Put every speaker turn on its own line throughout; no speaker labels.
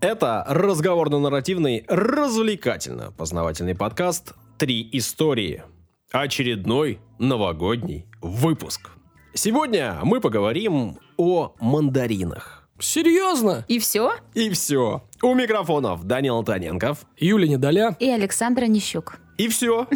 Это разговорно-нарративный, развлекательно-познавательный подкаст «Три истории». Очередной новогодний выпуск. Сегодня мы поговорим о мандаринах.
Серьезно?
И все?
И все. У микрофонов Данил Таненков.
Юля Недоля?
И Александра Нищук.
И все.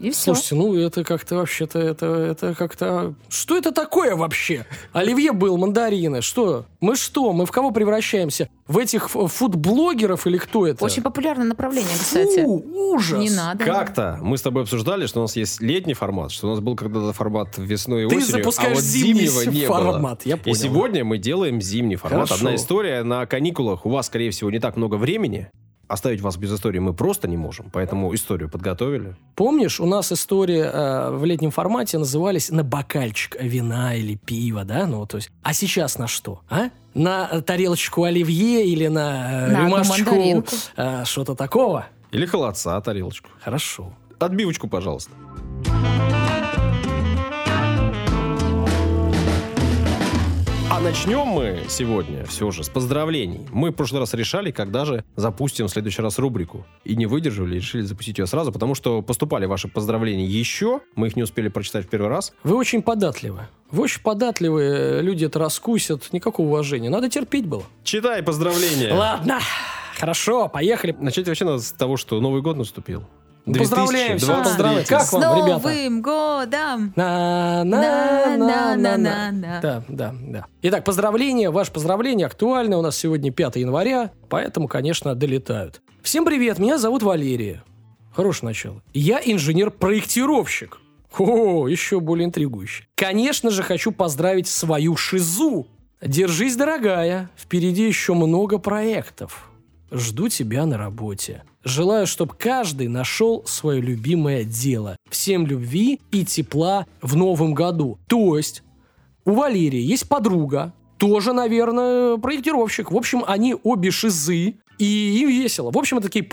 И все.
Слушайте, ну это как-то вообще-то, это, это как-то... Что это такое вообще? Оливье был, мандарины, что? Мы что? Мы в кого превращаемся? В этих ф- фудблогеров или кто это?
Очень популярное направление,
Фу,
кстати.
ужас!
Не надо.
Как-то мы с тобой обсуждали, что у нас есть летний формат, что у нас был когда-то формат весной и
Ты
осенью, а
запускаешь
вот
зимний
зимнего не было.
формат, я понял.
И сегодня мы делаем зимний формат.
Хорошо.
Одна история на каникулах. У вас, скорее всего, не так много времени. Оставить вас без истории мы просто не можем, поэтому историю подготовили.
Помнишь, у нас истории э, в летнем формате назывались на бокальчик вина или пива, да? Ну, то есть, а сейчас на что, а? На тарелочку оливье или на, э,
На одну
рюмашечку
мандаринку.
э, что-то такого?
Или холодца, тарелочку.
Хорошо.
Отбивочку, пожалуйста. А начнем мы сегодня все же с поздравлений. Мы в прошлый раз решали, когда же запустим в следующий раз рубрику. И не выдержали, и решили запустить ее сразу, потому что поступали ваши поздравления еще, мы их не успели прочитать в первый раз.
Вы очень податливы. Вы очень податливые, э, люди это раскусят, никакого уважения. Надо терпеть было.
Читай поздравления.
Ладно, хорошо, поехали.
Начать вообще надо с того, что Новый год наступил.
Поздравляем, всё,
2023.
поздравляем. Как
С
вам, ребята?
Новым годом!
на на на на на
На-на-на-на-на.
Да, да, да. Итак, поздравления. Ваше поздравление актуально. У нас сегодня 5 января, поэтому, конечно, долетают. Всем привет, меня зовут Валерия. Хорошее начало. Я инженер-проектировщик. О, еще более интригующе. Конечно же, хочу поздравить свою Шизу. Держись, дорогая. Впереди еще много проектов. Жду тебя на работе. Желаю, чтобы каждый нашел свое любимое дело. Всем любви и тепла в новом году. То есть у Валерии есть подруга, тоже, наверное, проектировщик. В общем, они обе шизы, и им весело. В общем, это такие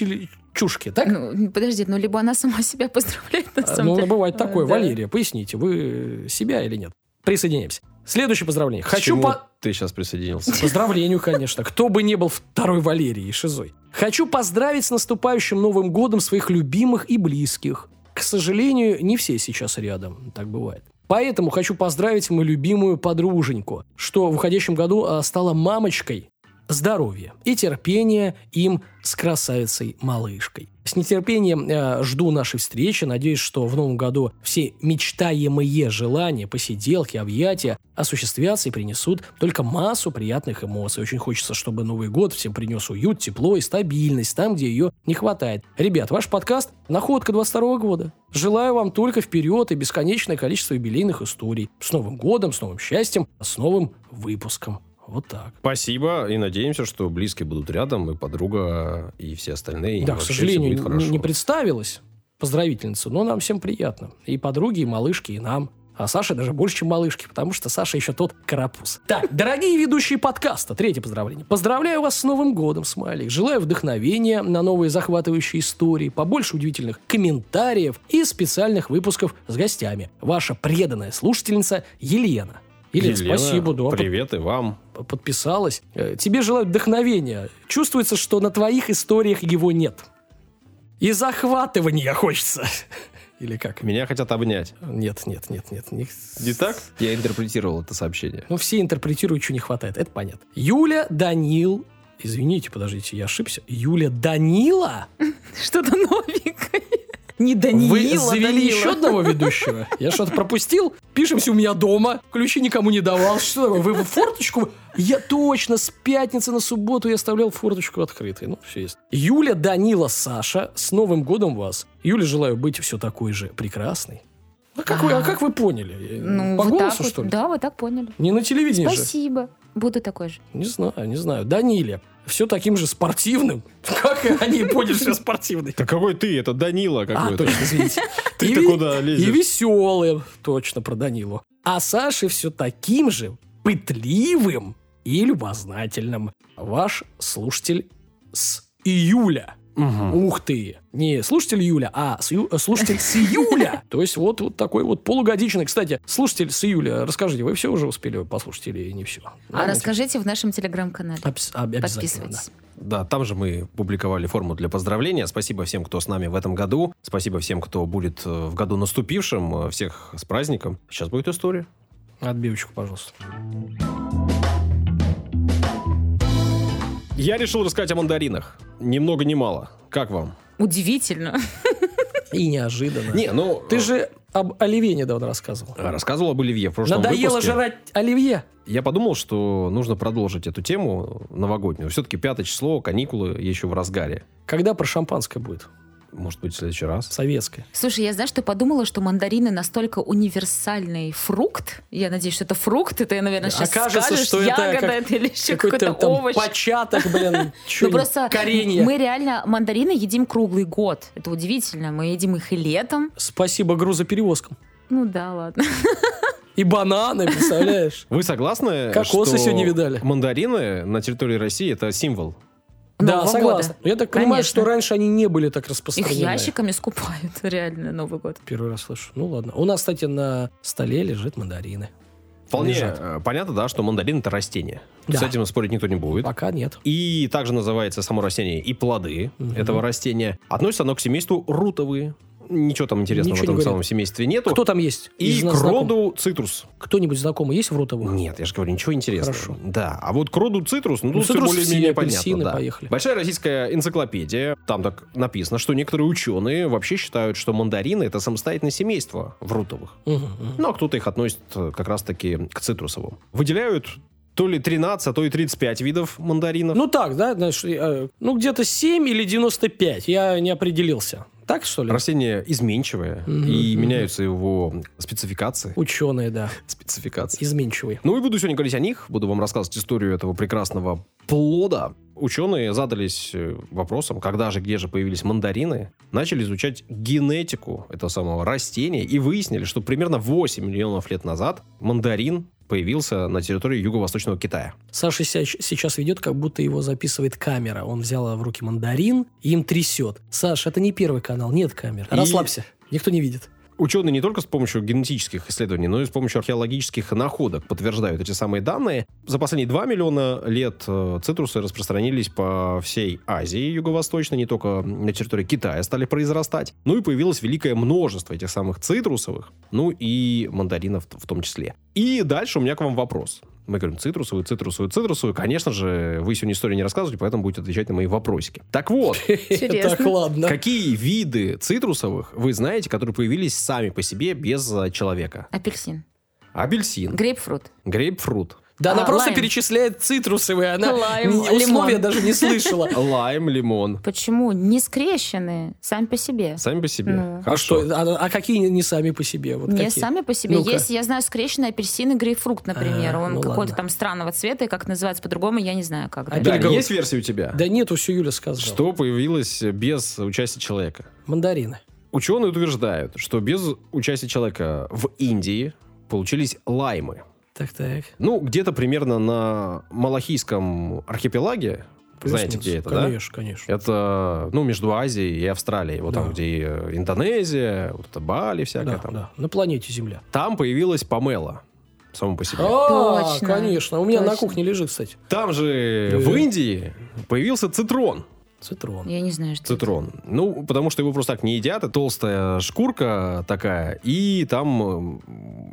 подружки-весельчушки, так?
Ну, подожди, ну либо она сама себя поздравляет, на
А,
самом
ну,
деле.
бывает такое.
Э, да.
Валерия, поясните, вы себя или нет? Присоединяемся. Следующее поздравление.
К
Хочу
чему
по...
Ты сейчас присоединился.
Поздравлению, конечно. Кто бы не был второй Валерией Шизой. Хочу поздравить с наступающим Новым годом своих любимых и близких. К сожалению, не все сейчас рядом. Так бывает. Поэтому хочу поздравить мою любимую подруженьку, что в уходящем году а, стала мамочкой. Здоровья и терпения им с красавицей-малышкой. С нетерпением э, жду нашей встречи. Надеюсь, что в новом году все мечтаемые желания, посиделки, объятия осуществятся и принесут только массу приятных эмоций. Очень хочется, чтобы Новый год всем принес уют, тепло и стабильность там, где ее не хватает. Ребят, ваш подкаст – находка 22 года. Желаю вам только вперед и бесконечное количество юбилейных историй. С Новым годом, с новым счастьем, с новым выпуском. Вот так.
Спасибо, и надеемся, что близкие будут рядом, и подруга, и все остальные. и
Да, к
вообще всё
сожалению,
будет
н-
хорошо.
не представилась поздравительница, но нам всем приятно. И подруги, и малышки, и нам. А Саша даже больше, чем малышки, потому что Саша еще тот карапуз. Так, дорогие ведущие подкаста, третье поздравление. Поздравляю вас с Новым годом, смайлик. Желаю вдохновения на новые захватывающие истории, побольше удивительных комментариев и специальных выпусков с гостями. Ваша преданная слушательница Елена. Елена,
Елена,
спасибо, Ну, а да,
Привет и вам.
п- подписалась. Э, Тебе желают вдохновения. Чувствуется, что на твоих историях его нет. И захватывания хочется. Или как?
Меня хотят обнять.
Нет, нет, нет, нет. не-
Не так? Я интерпретировал это сообщение.
Ну, все интерпретируют, что не хватает. Это понятно. Юля Данил... Извините, подождите, я ошибся. Юля Данила?
Что-то новенькое. Не Данила,
Вы завели
Данила.
еще одного ведущего? Я что-то пропустил? Пишемся у меня дома. Ключи никому не давал. Что такое? Вы в форточку? Я точно с пятницы на субботу я оставлял форточку открытой. Ну, все есть. Юля, Данила, Саша, с Новым годом вас. Юля, желаю быть все такой же прекрасной. А как, вы, а как вы поняли?
Ну,
По
вот так
голосу,
вот.
что ли?
Да, вот так поняли.
Не на телевидении же?
Спасибо. Буду такой же.
Не знаю, не знаю. Даниле, все таким же спортивным. Как они поняли, что я спортивный?
Да какой ты? Это Данила
А,
какой-то.
точно, извините.
Ты-то
И-
куда лезешь?
И веселым, точно, про Данилу. А Саше все таким же пытливым и любознательным. Ваш слушатель с июля.
Мгм.
Ух ты! Не слушатель Юля, а с ю- э, слушатель с июля! То есть вот, вот такой вот полугодичный. Кстати, слушатель с июля, расскажите, вы все уже успели послушать или не все?
А расскажите в нашем телеграм-канале.
Обязательно, да.
Подписывайтесь.
Да, там же мы публиковали форму для поздравления. Спасибо всем, кто с нами в этом году. Спасибо всем, кто будет э, в году наступившем. Э, Всех с праздником. Сейчас будет история.
Отбивочку, пожалуйста.
Я решил рассказать о мандаринах. Ни много ни мало. Как вам?
Удивительно.
И неожиданно.
Не, А, ну...
Ты
э,
же об оливье недавно рассказывал.
Рассказывал об Оливье в прошлом
Надоело
выпуске.
жрать оливье?
Я подумал, что нужно продолжить эту тему новогоднюю. Все-таки пятое число, каникулы еще в разгаре.
Когда про шампанское будет?
Может быть, в следующий раз?
Советское.
Слушай, я, знаешь, что подумала, что мандарины настолько универсальный фрукт. Я надеюсь, что это фрукт, и ты, наверное, сейчас
Окажется,
скажешь,
что это
ягода
как-
это или еще
Какой-то
какой-то,
там
овощ.
початок, блин,
Ну
чё-нибудь,
просто
коренья.
мы реально мандарины едим круглый год. Это удивительно. Мы едим их и летом.
Спасибо грузоперевозкам.
Ну да, ладно.
И бананы, представляешь?
Вы согласны,
Кокосы
что
сегодня видали.
мандарины на территории России это символ?
Да,
Нового
согласен.
года.
Я так понимаю,
Конечно.
что раньше они не были так
Их
распространены.
ящиками скупают, реально, Новый год.
Первый раз слышу. Ну ладно. У нас, кстати, на столе лежат мандарины.
Вполне
Лежат.
э, понятно, да, что мандарин это растение.
Да.
С этим спорить никто не будет.
Пока нет.
И также называется само растение и плоды
Мгм.
этого растения. Относится оно к семейству рутовые. Ничего там интересного
Ничего
в
не
этом
говорит.
самом семействе нету.
Кто там есть?
и
Из
к
нас знакомых?
роду цитрус.
Кто-нибудь знакомый есть в Рутовых?
Нет, я же говорю, ничего интересного.
Хорошо.
Да, а вот к роду цитрус, ну,
Ну,
тут всё
цитрус
более-менее
все, апельсины,
понятно. да.
поехали.
Большая российская энциклопедия, там так написано, что некоторые ученые вообще считают, что мандарины — это самостоятельное семейство в рутовых.
Мгм, мгм.
Ну, а кто-то их относит э, как раз-таки к цитрусовым. Выделяют то ли 13, а то и 35 видов мандаринов.
Ну так, да, знаешь, э, ну где-то 7 или 95, я не определился. Так что ли?
Растение изменчивое,
Мгм,
и
мгм.
меняются его спецификации.
Ученые, да,
Спецификации.
изменчивые.
Ну и буду сегодня говорить о них, буду вам рассказывать историю этого прекрасного плода. Ученые задались э, вопросом, когда же, где же появились мандарины, начали изучать генетику этого самого растения и выяснили, что примерно 8 миллионов лет назад мандарин появился на территории юго-восточного Китая.
Саша ся- сейчас ведет, как будто его записывает камера. Он взял в руки мандарин и им трясет. Саш, это не первый канал, нет камер.
И-
Расслабься, никто не видит.
Ученые не только с помощью генетических исследований, но и с помощью археологических находок подтверждают эти самые данные. За последние 2 миллиона лет э, цитрусы распространились по всей Азии юго-восточной, не только на территории Китая стали произрастать. Ну и появилось великое множество этих самых цитрусовых, ну и мандаринов в том числе. И дальше у меня к вам вопрос. Мы говорим цитрусовую, цитрусовую, цитрусовую. Конечно же, вы сегодня историю не рассказываете, поэтому будете отвечать на мои вопросики. Так вот,
Так, ладно.
Какие виды цитрусовых вы знаете, которые появились сами по себе без э, человека?
Апельсин.
Апельсин,
Грейпфрут.
грейпфрут,
Да, она
А,
просто
лайм.
перечисляет цитрусовые, она
Лайм,
н- условия
лимон.
даже не слышала.
лайм, лимон.
Почему? Не скрещенные, сами по себе.
Сами по себе.
Ну.
А что?
Хорошо.
А а какие не не сами по себе? Вот
не
какие?
сами по себе.
Ну-ка.
Есть, я знаю, скрещенный апельсин и грейпфрукт, например.
А,
Он
ну
какой-то
ладно. А
там странного цвета, и как называется по-другому, я не знаю как. да.
Опять
Да,
Перегород.
есть версия у тебя?
Да нету, все Юля сказала.
Что появилось без участия человека?
Мандарины.
Ученые утверждают, что без участия человека в Индии получились лаймы.
Так-так.
Ну, где-то примерно на Малахийском архипелаге, знаете,
Плюс-минус.
где это, да?
Конечно, конечно.
Это, ну, между Азией и Австралией. Вот
Да.
там, где и, э, Индонезия, вот это Бали всякое
Да,
там.
да. На планете Земля.
Там появилась помела. Само по себе.
А,
Точно.
конечно. У меня на
Точно.
кухне лежит, кстати.
Там же
Привет.
в Индии появился цитрон.
Цитрон.
Я не знаю, что
Цитрон. Ну, потому что его просто так не едят. Это толстая шкурка такая. И там м,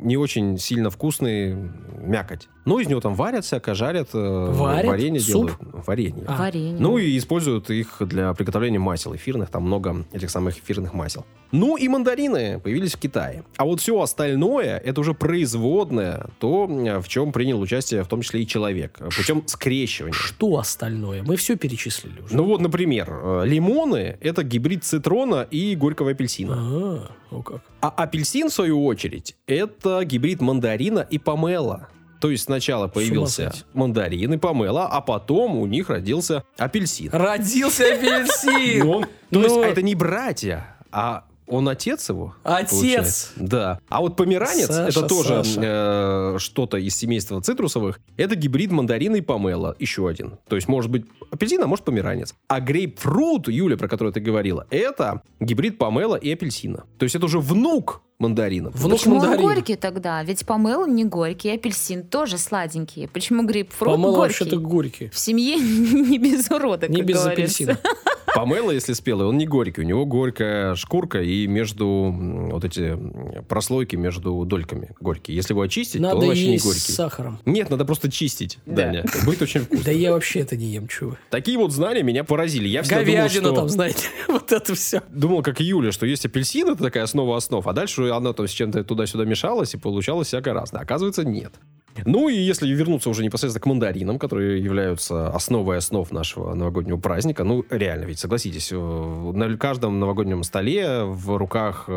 не очень сильно вкусный мякоть. Ну, из него там варят всякое, жарят. э,
Варят?
Варенье
Суп?
делают. Варенье.
А.
Варенье.
Ну и используют их для приготовления масел эфирных, там много этих самых эфирных масел. Ну и мандарины появились в Китае. А вот все остальное, это уже производное, то, э, в чем принял участие в том числе и человек, э, путем скрещивания.
Что остальное? Мы все перечислили уже.
Ну вот, например, э, лимоны – это гибрид цитрона и горького апельсина.
А, ну как.
А апельсин, в свою очередь, это гибрид мандарина и помела. То есть сначала появился
сойти.
мандарин и помела, а потом у них родился апельсин.
Родился апельсин!
Ну, То есть
Ну.
а это не братья, а Он отец его?
Отец!
получается. Да. А вот померанец,
Саша,
это тоже
Саша.
э, что-то из семейства цитрусовых, это гибрид мандарина и помела, еще один. То есть может быть апельсин, а может померанец. А грейпфрут, Юля, про который ты говорила, это гибрид помела и апельсина. То есть это уже внук мандарина.
Внук
Почему он
мандарина.
горький тогда? Ведь помыл не горький, апельсин тоже сладенький. Почему грейпфрут
Помыл
горький?
вообще-то горький.
В семье не без урода, как
Не без
говорится.
апельсина.
Помела, если спелый, он не горький. У него горькая шкурка и между м, вот эти м, прослойки между дольками горькие. Если его очистить, то
Надо
он вообще не
есть
горький.
с сахаром.
Нет, надо просто чистить,
Да.
Даня. Будет очень вкусно.
Да я вообще это не ем, чего.
Такие вот знания меня поразили. Я всегда думал,
Говядина
что...
там, знаете, вот это все.
Думал, как и Юля, что есть апельсин, это такая основа основ, а дальше она там с чем-то туда-сюда мешалась и получалось всякое разное. Оказывается, нет. Ну и если вернуться уже непосредственно к мандаринам, которые являются основой основ нашего новогоднего праздника, ну реально, ведь согласитесь, э, на каждом новогоднем столе в руках э,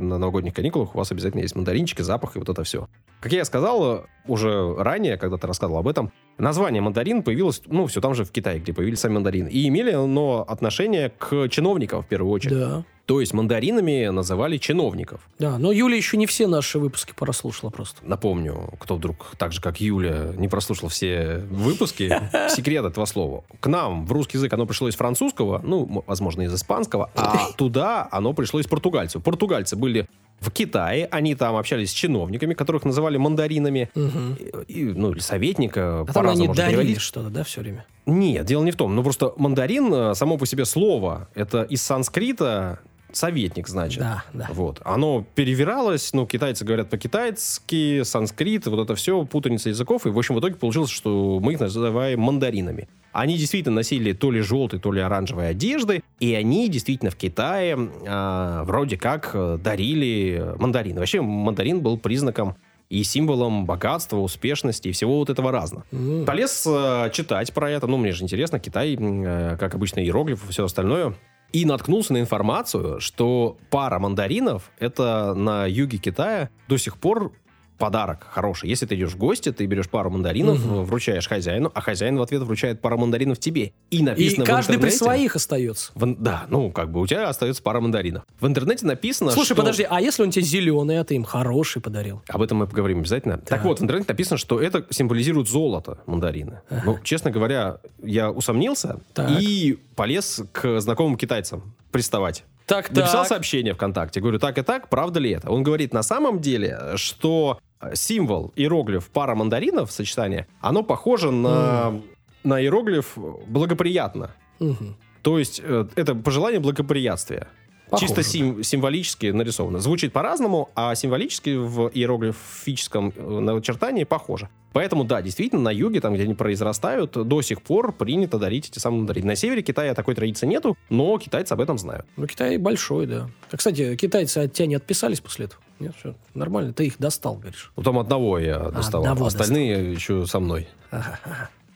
на новогодних каникулах у вас обязательно есть мандаринчики, запах и вот это все. Как я сказал э, уже ранее, когда ты рассказывал об этом, название мандарин появилось, ну все там же в Китае, где появились сами мандарины, и имели оно отношение к чиновникам в первую очередь.
Да.
То есть мандаринами называли чиновников.
Да, но Юля еще не все наши выпуски прослушала просто.
Напомню, кто вдруг, так же как Юля, не прослушал все выпуски, секрет этого слова. К нам в русский язык оно пришло из французского, ну, м- возможно, из испанского, а туда оно пришло из португальцев. Португальцы были в Китае, они там общались с чиновниками, которых называли мандаринами,
Мгм.
и, ну, или советника,
А там
по-разному
они
можно
дарили
переводить.
что-то, да, все время?
Нет, дело не в том. Ну, просто мандарин, э, само по себе слово, это из санскрита советник, значит.
Да, да.
Вот. Оно перевиралось, ну, китайцы говорят по-китайски, санскрит, вот это все, путаница языков, и, в общем, в итоге получилось, что мы их называем мандаринами. Они действительно носили то ли желтые, то ли оранжевые одежды, и они действительно в Китае а, вроде как э, дарили мандарины. Вообще, мандарин был признаком и символом богатства, успешности и всего вот этого разного.
М.
Полез э, читать про это. Ну, мне же интересно, Китай, м, э, как обычно, иероглифы, все остальное. И наткнулся на информацию, что пара мандаринов это на юге Китая до сих пор подарок хороший. Если ты идешь в гости, ты берешь пару мандаринов,
Мгм.
э, вручаешь хозяину, а хозяин в ответ вручает пару мандаринов тебе. И
И
написано в
каждый при
интернете-
своих остается.
В ин- да, ну, как бы у тебя остается пара мандаринов. В интернете написано,
Слушай,
что-
подожди, а если он тебе зеленый, а ты им хороший подарил?
об этом мы поговорим обязательно. Так,
Так.
вот, в интернете написано, что это символизирует золото мандарины.
Ага.
Ну, честно говоря, я усомнился
Так.
и полез к знакомым китайцам приставать.
Так, так.
Написал сообщение ВКонтакте. Говорю, так и так, правда ли это? Он говорит, на самом деле, что э, символ, иероглиф пара мандаринов, сочетание, оно похоже на, на иероглиф благоприятно.
Мгм.
То есть э, это пожелание благоприятствия.
Похоже,
Чисто сим- символически нарисовано. Звучит по-разному, а символически в иероглифическом э, начертании похоже. Поэтому, да, действительно, на юге, там, где они произрастают, до сих пор принято дарить эти самые мандарины. На севере Китая такой традиции нету, но китайцы об этом знают.
Ну, Китай большой, да. А, кстати, китайцы от тебя не отписались после этого? Нет, все нормально. Ты их достал, говоришь.
Ну, там одного я доставал,
одного
остальные еще со мной.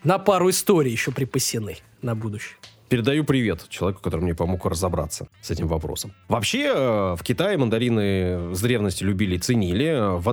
На пару историй еще припасены на будущее.
Передаю привет человеку, который мне помог разобраться с этим вопросом. Вообще, э, в Китае мандарины с древности любили и ценили. В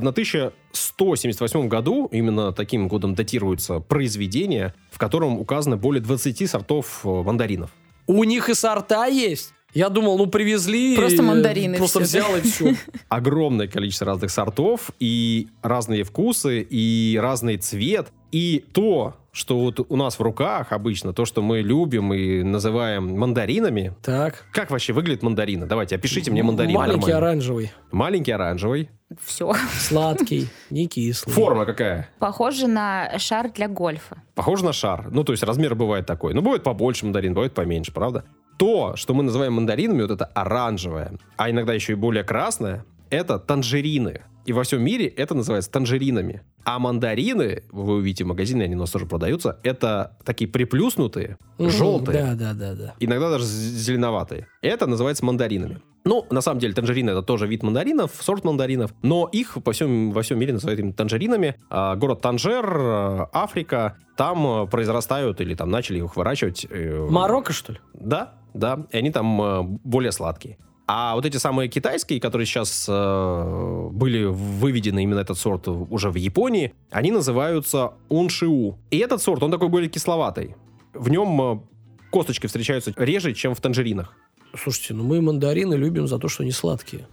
1178 году, именно таким годом датируется произведение, в котором указано более 20 сортов э, мандаринов.
У них и сорта есть. Я думал, ну привезли.
Просто
и
мандарины
Просто
всё,
взял и все.
Огромное количество разных сортов, и разные вкусы, и разный цвет, и то, что вот у нас в руках обычно, то, что мы любим и называем мандаринами,
Так.
как вообще выглядят мандарины? Давайте, опишите мне мандарин.
Маленький
нормально.
оранжевый,
Маленький оранжевый.
Все.
сладкий, не кислый.
Форма какая?
Похоже на шар для гольфа.
Похоже на шар. Ну, то есть размер бывает такой. Ну, бывает побольше мандарин, бывает поменьше, правда? То, что мы называем мандаринами, вот это оранжевое, а иногда еще и более красное, это танжерины. И во всем мире это называется танжеринами. А мандарины, вы увидите в магазине, они у нас тоже продаются, это такие приплюснутые,
Мгм,
желтые.
Да, да, да, да.
иногда даже з- зеленоватые. Это называется мандаринами. Ну, на самом деле, танжерины это тоже вид мандаринов, сорт мандаринов, но их по всем, во всем мире называют именно танжеринами. А, город Танжер, э, Африка, там э, произрастают или там начали их выращивать. э,
Марокко, что ли?
Да, да, и они там э, более сладкие. А вот эти самые китайские, которые сейчас э, были выведены, именно этот сорт уже в Японии, они называются уншиу. И этот сорт, он такой более кисловатый. В нем э, косточки встречаются реже, чем в танжеринах.
Слушайте, ну мы мандарины любим за то, что они сладкие.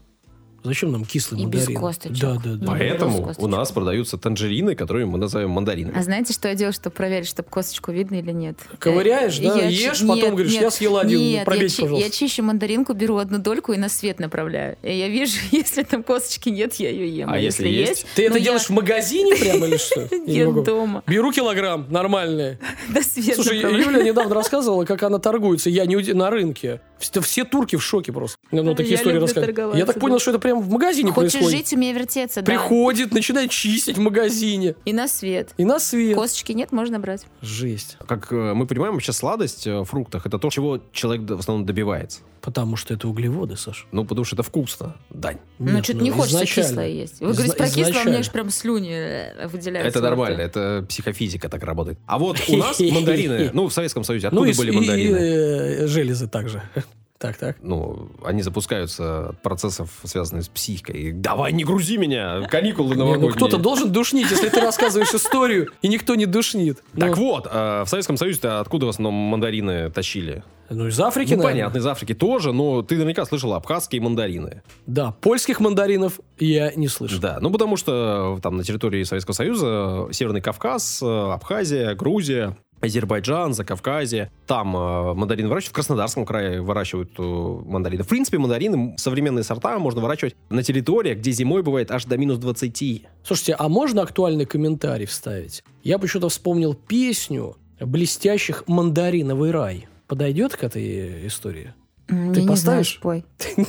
Зачем нам кислый
И без
мандарин?
косточек.
Да, да, да.
Без
Поэтому
косточки.
у нас продаются танжерины, которые мы называем мандаринами.
А знаете, что я делаю, чтобы проверить, чтобы косточку видно или нет? Э,
Ковыряешь, да,
Я чи-
ешь, потом
нет,
говоришь,
нет,
я съела один,
нет, я
пробейте,
чи-
пожалуйста.
Я чищу мандаринку, беру одну дольку и на свет направляю. И я вижу, если там косточки нет, я ее ем.
А если есть?
Ты
ну,
это
я-
делаешь в магазине прямо или что? Я не
Нет,
могу.
дома.
Беру килограмм, нормальные.
До света.
Слушай,
направляю.
Юля недавно рассказывала, как она торгуется. Я не уди- на рынке. Все, все турки в шоке просто. Ну, такие
Я
истории
люблю
рассказывают.
торговаться,
Я так
да.
понял, что это прямо в магазине
Хочешь
происходит.
жить, умей вертеться, да.
Приходит, начинает чистить в магазине.
И на свет.
И на свет.
Косточки нет, можно брать.
Жесть.
Как э, мы понимаем, вообще сладость э, в фруктах это то, чего человек д- в основном добивается.
Потому что это углеводы, Саша.
Ну, потому что это вкусно, Дань.
Ну,
Нет,
что-то не хочется
изначально.
кислое есть. Вы
Изна-
говорите про кислое, а у меня
изначально.
же прям слюни э, выделяются.
Это
во рту.
нормально, это психофизика так работает. А вот у нас мандарины, ну, в Советском Союзе откуда
и с-
были
и-
мандарины?
и, э, железы также. Так, так.
Ну, они запускаются от процессов, связанных с психикой. Давай, не грузи меня, каникулы
Не, ну
новогодние.
кто-то должен душнить, если ты рассказываешь историю, и никто не душнит.
Так
ну,
вот, э, в Советском Союзе-то откуда в основном мандарины тащили?
ну, из Африки,
Ну,
наверное.
понятно, из Африки тоже, но ты наверняка слышал абхазские мандарины.
Да, польских мандаринов я не слышал.
Да, ну потому что э, там на территории Советского Союза э, Северный Кавказ, э, Абхазия, Грузия, Азербайджан, Закавказье. Там э, мандарины выращивают. В Краснодарском крае выращивают э, мандарины. В принципе, мандарины, современные сорта можно выращивать на территориях, где зимой бывает аж до минус 20.
Слушайте, а можно актуальный комментарий вставить? Я почему-то вспомнил песню блестящих «Мандариновый рай». Подойдет к этой истории?
М,
Ты
я не знаю,
поставишь?
пой.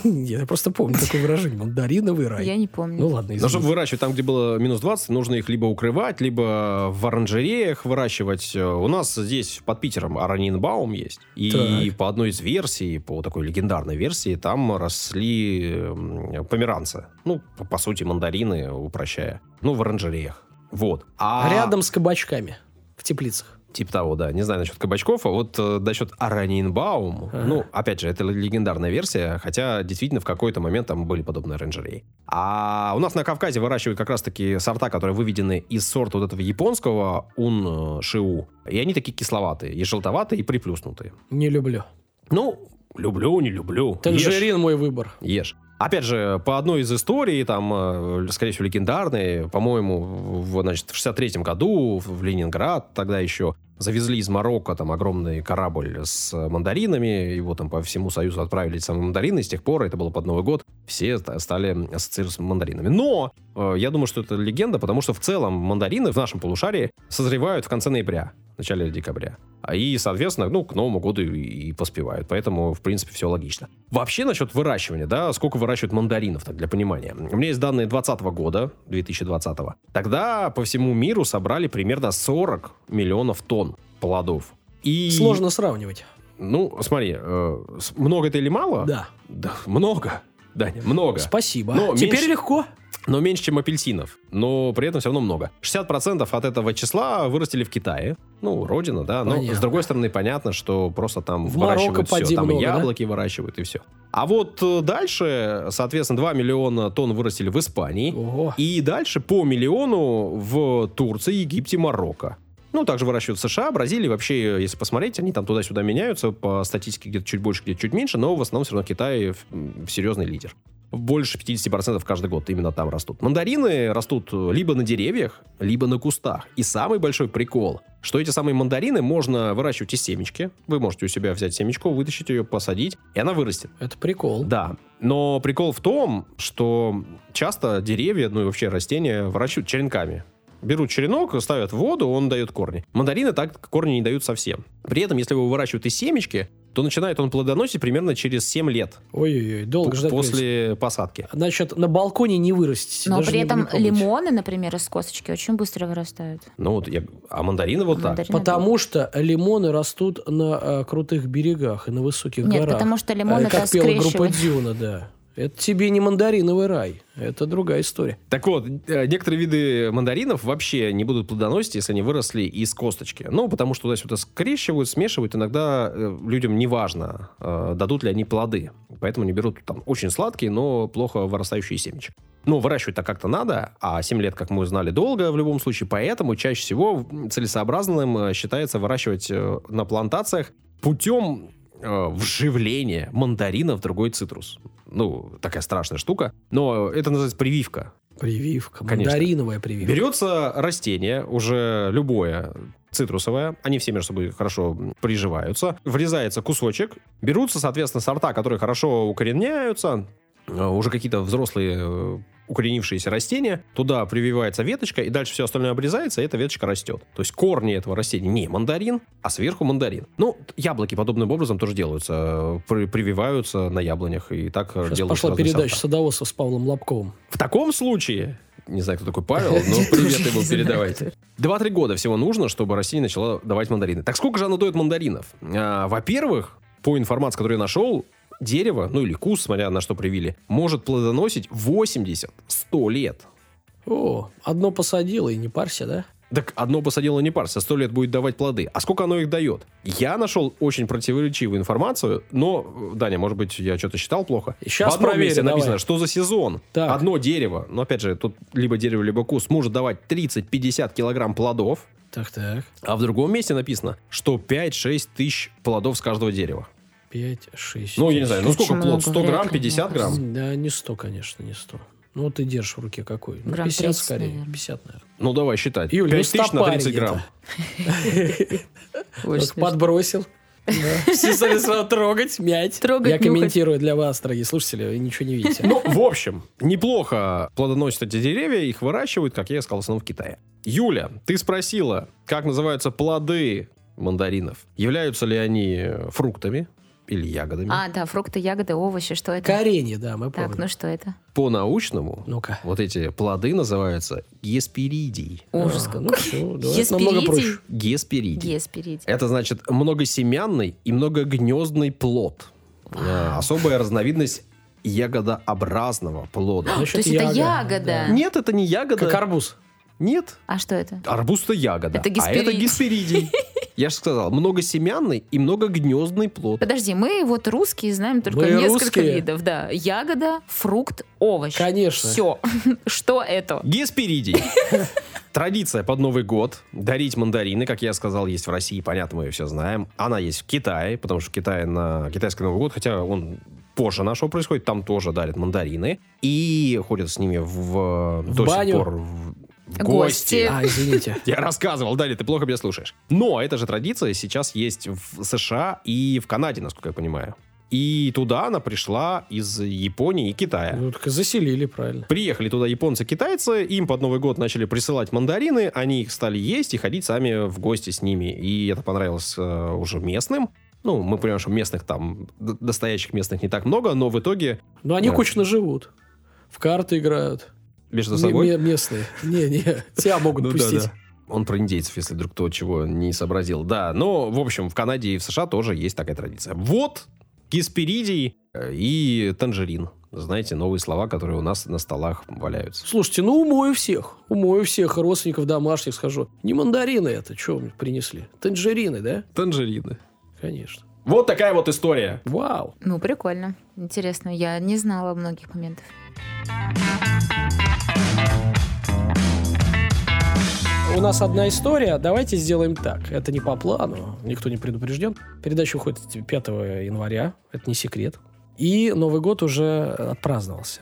Нет, я просто помню такое выражение. «Мандариновый
Я
рай».
не
Ну
помню.
ладно,
Но чтобы
извините.
выращивать там, где было минус 20, нужно их либо укрывать, либо в оранжереях выращивать. Э, У нас здесь под Питером Аранинбаум есть. И
Так.
по одной из версий, по такой легендарной версии, там росли м, померанцы. Ну, по, по сути, мандарины, упрощая. Ну, в оранжереях. Вот. А
Рядом с кабачками в теплицах.
Типа того, да. Не знаю насчет кабачков, а вот э, насчет Аранинбаум.
Ага.
Ну, опять же, это л- легендарная версия, хотя действительно в какой-то момент там были подобные оранжереи. А у нас на Кавказе выращивают как раз-таки сорта, которые выведены из сорта вот этого японского ун-шиу. И они такие кисловатые, и желтоватые, и приплюснутые.
Не люблю.
Ну, люблю, не люблю. Ешь.
Танжерин мой выбор.
Ешь. Опять же, по одной из историй, там, э, скорее всего, легендарной, по-моему, в, значит, в 63 году в в Ленинград тогда еще завезли из Марокко там огромный корабль с мандаринами, его там по всему Союзу отправили эти самые мандарины, и с тех пор, это было под Новый год, все ста- стали ассоциироваться с мандаринами. Но э, я думаю, что это легенда, потому что в целом мандарины в нашем полушарии созревают в конце ноября, в начале декабря. А И, соответственно, ну, к Новому году и, и поспевают. Поэтому, в принципе, все логично. Вообще, насчет выращивания, да, сколько выращивают мандаринов, так, для понимания. У меня есть данные 2020 года, 2020. Тогда по всему миру собрали примерно 40 миллионов тонн плодов. И,
Сложно сравнивать.
Ну, смотри, э, с- много это или мало?
Да.
Да, много. Даня, много.
Спасибо.
Но
Теперь
меньше-
легко.
Но меньше, чем апельсинов. Но при этом все равно много. 60% от этого числа вырастили в Китае. Ну, родина, да. Но,
Понятно.
с другой стороны, понятно, что просто там
В Марокко
выращивают
поди
все. Там
много,
и
да?
яблоки выращивают, и все. А вот э, дальше, соответственно, 2 миллиона тонн вырастили в Испании.
Ого.
И дальше по миллиону в Турции, Египте, Марокко. Ну, также выращивают в США, Бразилии. Вообще, если посмотреть, они там туда-сюда меняются. По статистике где-то чуть больше, где-то чуть меньше. Но в основном все равно Китай м, серьезный лидер. Больше 50% каждый год именно там растут. Мандарины растут э, либо на деревьях, либо на кустах. И самый большой прикол, что эти самые мандарины можно выращивать из семечки. Вы можете у себя взять семечку, вытащить ее, посадить, и она вырастет.
Это прикол.
Да. Но прикол в том, что часто деревья, ну и вообще растения выращивают черенками. Берут черенок, ставят в воду, он дает корни. Мандарины так корни не дают совсем. При этом, если его выращивают из семечки, то начинает он плодоносить примерно через 7 лет
Ой-ой-ой, долго
п-
ждать. придется.
после посадки.
Значит, на балконе не вырастите.
Но
даже
при
не
этом
буду помнить.
лимоны, например, из косточки очень быстро вырастают.
Ну вот, я... а мандарины вот так.
Мандарины
Потому что лимоны растут на э, крутых берегах и на высоких
Нет,
горах.
потому что лимон
Э,
это
Как пела группа
скрещивание.
Дюна, да. Это тебе не мандариновый рай. Это другая история.
Так вот, э, некоторые виды мандаринов вообще не будут плодоносить, если они выросли из косточки. Ну, потому что туда-сюда скрещивают, смешивают. Иногда э, людям не важно, э, дадут ли они плоды. Поэтому не берут там очень сладкие, но плохо вырастающие семечки. Ну, выращивать так как-то надо, а 7 лет, как мы узнали, долго в любом случае. Поэтому чаще всего м, целесообразным э, считается выращивать э, на плантациях путем э, вживление мандарина в другой цитрус. Ну, такая страшная штука. Но это называется прививка.
Прививка.
Конечно.
Мандариновая прививка.
Берется растение, уже любое, цитрусовое, они все между собой хорошо приживаются, врезается кусочек, берутся, соответственно, сорта, которые хорошо укореняются, э, уже какие-то взрослые э, укоренившиеся растения, туда прививается веточка, и дальше все остальное обрезается, и эта веточка растет. То есть корни этого растения не мандарин, а сверху мандарин. Ну, яблоки подобным образом тоже делаются, э, при- прививаются на яблонях, и так э,
Сейчас
делают
пошла
разные
передача
сорта.
садоводства с Павлом Лобковым.
В таком случае, не знаю, кто такой Павел, но ну, привет ему передавайте. Два-три года всего нужно, чтобы Россия начала давать мандарины. Так сколько же она дает мандаринов? А, во-первых, по информации, которую я нашел, дерево, ну или куст, смотря на что привили, может плодоносить 80-100 лет.
О, одно посадила и не парься, да?
Так одно посадило не парься, 100 лет будет давать плоды. А сколько оно их дает? Я нашел очень противоречивую информацию, но, э, Даня, может быть, я что-то считал плохо.
Щас
В одном
проверю,
месте написано,
давай.
что за сезон.
Так.
Одно дерево, но опять же, тут либо дерево, либо куст, может давать 30-50 килограмм плодов.
Так-так.
А в другом месте написано, что 5-6 тысяч плодов с каждого дерева.
5, 6.
Ну, я не знаю, ну
Очень
сколько плод?
много,
100
вряд
грамм,
ли,
50
мне кажется.
грамм?
Да, не 100, конечно, не 100. Ну, ты держишь в руке какой? Ну,
Грамм
50
30,
скорее.
наверное.
50, наверное.
Ну, давай считать.
Юль, ну,
5 тысяч на
стопарь
30 грамм.
Очень
Только
смешно.
подбросил. Да. Все стали сразу трогать, мять.
Трогать,
Я
нюхать.
комментирую для вас, дорогие слушатели, вы ничего не видите.
Ну, в общем, неплохо плодоносят эти деревья, их выращивают, как я и сказал, в основном в Китае. Юля, ты спросила, как называются плоды мандаринов? Являются ли они фруктами или ягодами?
А, да, фрукты, ягоды, овощи, что это?
Коренье, да, мы
Так, ну
помним.
что это?
По-научному
Ну-ка.
вот эти плоды называются гесперидий.
Ужас
А,
какой.
ну всё, да, это
Есперидий.
намного проще. Э.
Гесперидий.
Гесперидий.
Это значит многосемянный и многогнездный плод. А, особая разновидность ягодообразного плода.
Насчёт
есть это ягода.
да.
Нет, это не ягода.
Как арбуз.
Нет,
А что это?
Арбуз-то ягода.
Это
а это
гесперидий.
гесперидий. Я же сказал, многосемянный и многогнездный плод.
Подожди, мы вот русские знаем только
Мы
несколько
русские.
видов. Да, ягода, фрукт, овощ.
Конечно.
Все. Что это?
Гесперидий. Традиция под Новый год дарить мандарины, как я сказал, есть в России, понятно, мы ее все знаем. Она есть в Китае, потому что в Китае на китайский Новый год, хотя он позже нашего происходит, там тоже дарят мандарины. И ходят с ними в,
В
до
баню?
сих пор в, в
Гости.
гости.
А, извините.
Я рассказывал, Дали, ты плохо меня слушаешь. Но эта же традиция сейчас есть в США и в Канаде, насколько я понимаю. И туда она пришла из Японии и Китая.
Ну, так и заселили, правильно.
Приехали туда японцы-китайцы, им под Новый год начали присылать мандарины, они их стали есть и ходить сами в гости с ними. И это понравилось э, уже местным. Ну, мы понимаем, что местных там, д- настоящих местных не так много, но в итоге
Но Ну, они
Да.
кучно живут. В карты играют.
между
М-
собой...
м- местные. Не-не, тебя могут
Ну да,
пустить.
да. Он про индейцев, если вдруг кто чего не сообразил. Да, но, в общем, в Канаде и в США тоже есть такая традиция. Вот гесперидий э, и танжерин. Знаете, новые слова, которые у нас на столах валяются.
Слушайте, ну умою всех. Умою всех родственников домашних схожу. Не мандарины это, что мне принесли? Танжерины, да?
Танжерины.
Конечно.
Вот такая вот история.
Вау.
Ну, прикольно. Интересно. Я не знала многих моментов.
У нас одна история. Давайте сделаем так. Это не по плану. Никто не предупрежден. Передача уходит 5 января. Это не секрет. И Новый год уже отпраздновался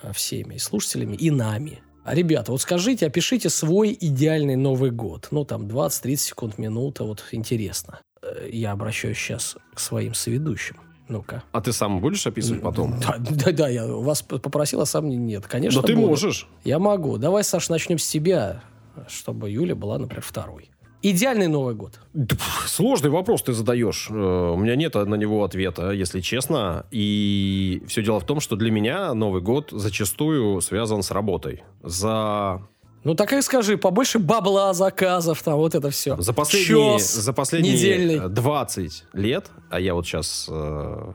э, всеми и слушателями, и нами. А, Ребята, вот скажите, опишите свой идеальный Новый год. Ну, там 20-30 секунд, минута. Вот интересно. Э, Я обращаюсь сейчас к своим соведущим. Ну-ка.
А ты сам будешь описывать потом?
Да, да, да, я вас п- попросил, а сам не- нет. Конечно,
Да ты
буду.
можешь.
Я могу. Давай, Саш, начнем с тебя, чтобы Юля была, например, второй. Идеальный Новый год.
Да, пф, Сложный вопрос ты задаешь. Э, У меня нет на него ответа, если честно. И все дело в том, что для меня Новый год зачастую связан с работой. За
Ну так и скажи, побольше бабла, заказов, там вот это все.
За последние,
Чёс.
за последние
недельный.
э, 20 лет, а я вот сейчас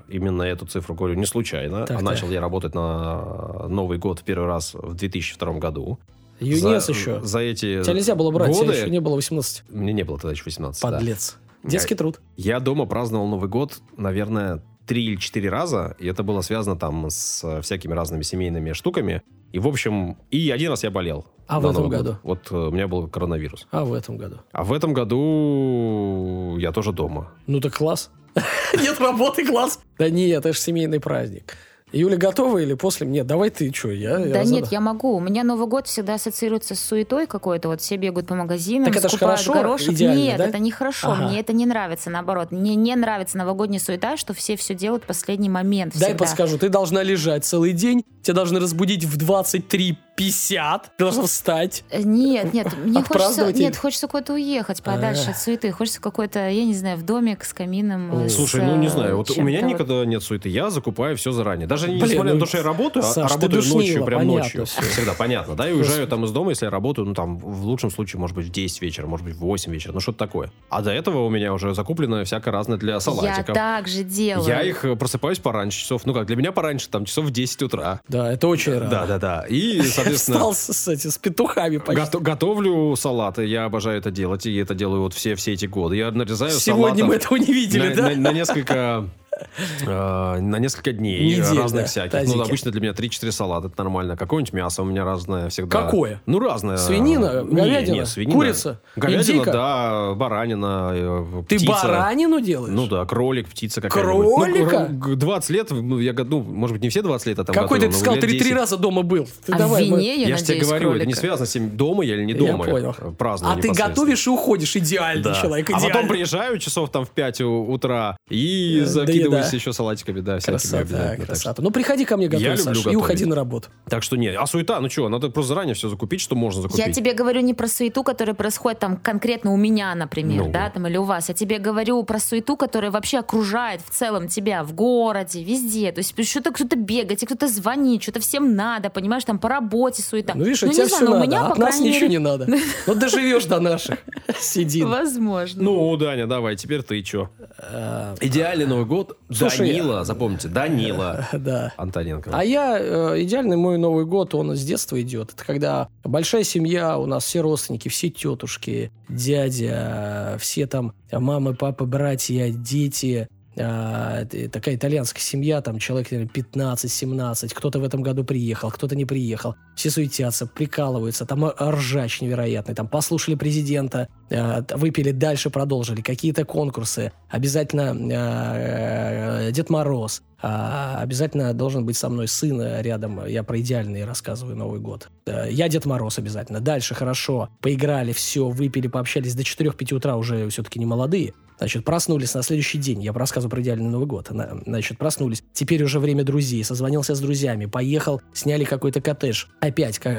именно эту цифру говорю не случайно,
Так,
а
так.
начал я работать на Новый год в первый раз в 2002 году.
Юнес
За-
еще.
За эти
Тебя нельзя было брать,
годы...
тебя еще не было 18.
Мне не было тогда еще 18, да.
Подлец. Детский труд.
Я дома праздновал Новый год, наверное, три или четыре раза, и это было связано там с э, всякими разными семейными штуками. И, в общем, и один раз я болел.
А в
на
этом
Новый год.
году?
Вот э, у меня был коронавирус.
А в этом году.
А в этом году я тоже дома.
Ну так класс. Нет работы, класс. Да нет, это же семейный праздник. Юля, готова или после? Нет, давай ты, что, я... я
Да нет,
задам.
я могу. У меня Новый год всегда ассоциируется с суетой какой-то. Вот все бегают по магазинам,
Так это ж
скупают
хорошо,
горошек.
идеально,
нет,
да?
это нехорошо.
Ага.
Мне это не нравится, наоборот. Мне не нравится новогодняя суета, что все все делают в последний момент
Дай
всегда.
подскажу, ты должна лежать целый день, тебя должны разбудить в 23.50, ты должна встать.
Э, Нет, нет, мне хочется,
Отпраздновать
нет,
или-
хочется куда-то уехать подальше
А.
от суеты. Хочется какой-то, я не знаю, в домик с камином. э, с,
Слушай, ну не
э,
знаю, вот у
чем-то
меня
вот.
никогда нет суеты. Я закупаю все заранее. Даже
Блин,
несмотря
ну,
на то, что я работаю, а-
Саш, ты
а работаю
душнила,
ночью, прям
понятно
ночью.
всё.
Всегда понятно, да? И уезжаю там из дома, если я работаю, ну там в лучшем случае, может быть, в 10 вечера, может быть, в 8 вечера, ну что-то такое. А до этого у меня уже закуплено всякое разное для
Я
салатиков.
так же делаю.
Я их э, просыпаюсь пораньше часов, ну как, для меня пораньше, там часов в 10 утра.
Да, это очень рано.
Да-да-да. И, соответственно,
Встал, кстати, с петухами почти.
Гото- готовлю салаты, я обожаю это делать, и это делаю вот все, все эти годы. Я нарезаю
Сегодня
салатов
мы этого не видели,
на,
да?
на- на несколько... э, на несколько дней
Недель,
разных
да,
всяких. Ну,
тазики.
обычно для меня 3-4 салата, это нормально. Какое-нибудь мясо у меня разное всегда.
Какое?
Ну, разное.
Свинина,
Не,
говядина,
не, свинина.
курица,
Говядина,
индейка?
да, баранина, э,
Ты
птица.
баранину делаешь?
Ну да, кролик, птица какая-нибудь. Ну,
Кролика?
г- 20 лет, ну, я, го- ну, может быть, не все 20 лет, а там
Какой-то
готовил,
ты
но
сказал,
лет
ты
10.
три раза дома был. Ты
а
давай,
в
мы-
вине, я,
Я же
надеюсь,
тебе говорю, это не
кролика.
связано с тем, дома я или не дома.
Я понял.
Праздную
а ты готовишь и уходишь. Идеальный человек,
Ну, а
идеальный.
потом приезжаю часов там в 5 у- утра и
Э,
закидываюсь
да.
еще салатиками, да, всякими обязательно.
Красота,
Так что-
красота. Ну, приходи ко мне готовить,
люблю
Саш, и
готовить.
уходи на работу.
Так что нет, а суета, ну что, надо просто заранее все закупить, что можно закупить.
Я тебе говорю не про суету, которая происходит там конкретно у меня, например,
Ну.
да, там или у вас. Я тебе говорю про суету, которая вообще окружает в целом тебя в городе, везде. То есть что-то кто-то бегает, и кто-то звонит, что-то всем надо, понимаешь, там по работе суета.
Ну, видишь, у
не
тебя
знаю,
все
но у
надо,
меня,
а
по
от нас
крайней
ничего
мере,
не надо. Ну, доживешь до наших. Сиди.
Возможно.
Ну, Даня, давай, теперь ты что?
Э,
Идеальный Новый год.
Слушай, э,
Данила, запомните, Данила.
Да.
Антоненко.
А я, э, идеальный мой Новый год, он с детства идет. Это когда большая семья, у нас все родственники, все тетушки, дядя, все там э, мамы, папы, братья, дети. А, это такая итальянская семья, там человек наверное, 15-17, кто-то в этом году приехал, кто-то не приехал. Все суетятся, прикалываются, там э, ржач невероятный, там послушали президента, э, т- выпили, дальше продолжили, какие-то конкурсы, обязательно э, э, Дед Мороз, а, обязательно должен быть со мной сын э, рядом, я про идеальный рассказываю Новый год. Э, Я Дед Мороз обязательно, дальше хорошо, поиграли, все, выпили, пообщались, до 4-5 утра уже все-таки не молодые, Значит, проснулись на следующий день. Я рассказываю про идеальный Новый год. На- Значит, проснулись. Теперь уже время друзей. Созвонился с друзьями. Поехал, сняли какой-то коттедж. Опять ка-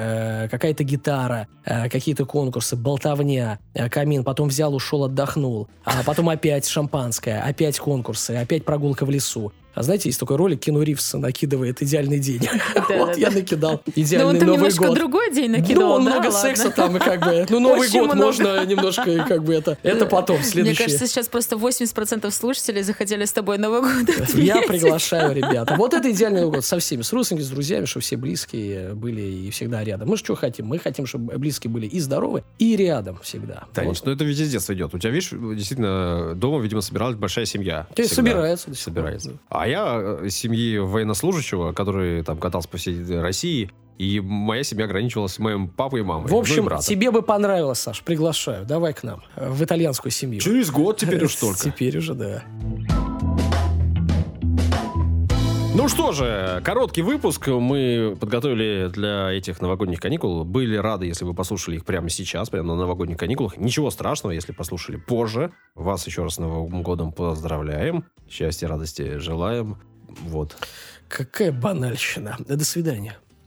э, какая-то гитара, э, какие-то конкурсы, болтовня, э, камин. Потом взял, ушел, отдохнул. А потом опять шампанское, опять конкурсы, опять прогулка в лесу. А знаете, есть такой ролик, Кину Ривз накидывает идеальный день. Вот я накидал
Да Ну, он
идеальный
там
Новый
немножко
год.
другой день
Ну,
накидал,
он
да?
много
Ладно.
секса там, и как бы. Ну, Новый
Очень
год
много.
можно немножко, как бы это. Это потом,
Мне
следующее.
кажется, сейчас просто 80% слушателей захотели с тобой Новый год
Я
отметить.
приглашаю, ребята. Вот это идеальный Новый год со всеми, с родственниками, с друзьями, чтобы все близкие были и всегда рядом. Мы же что хотим? Мы хотим, чтобы близкие были и здоровы, и рядом всегда.
Танец,
Вот.
ну это ведь из детства идет. У тебя, видишь, действительно, дома, видимо, собиралась большая семья.
То есть
Всегда.
собираются до сих пор.
собирается. А я э, из семьи военнослужащего, который там катался по всей России, и моя семья ограничивалась моим папой и мамой.
В общем,
ну и братом.
тебе бы понравилось, Саш, приглашаю. Давай к нам, э, в итальянскую семью.
Через год теперь уж только.
Теперь уже, да.
Ну что же, короткий выпуск мы подготовили для этих новогодних каникул. Были рады, если вы послушали их прямо сейчас, прямо на новогодних каникулах. Ничего страшного, если послушали позже. Вас еще раз с Новым годом поздравляем. Счастья, радости желаем. Вот.
Какая банальщина. Да До свидания.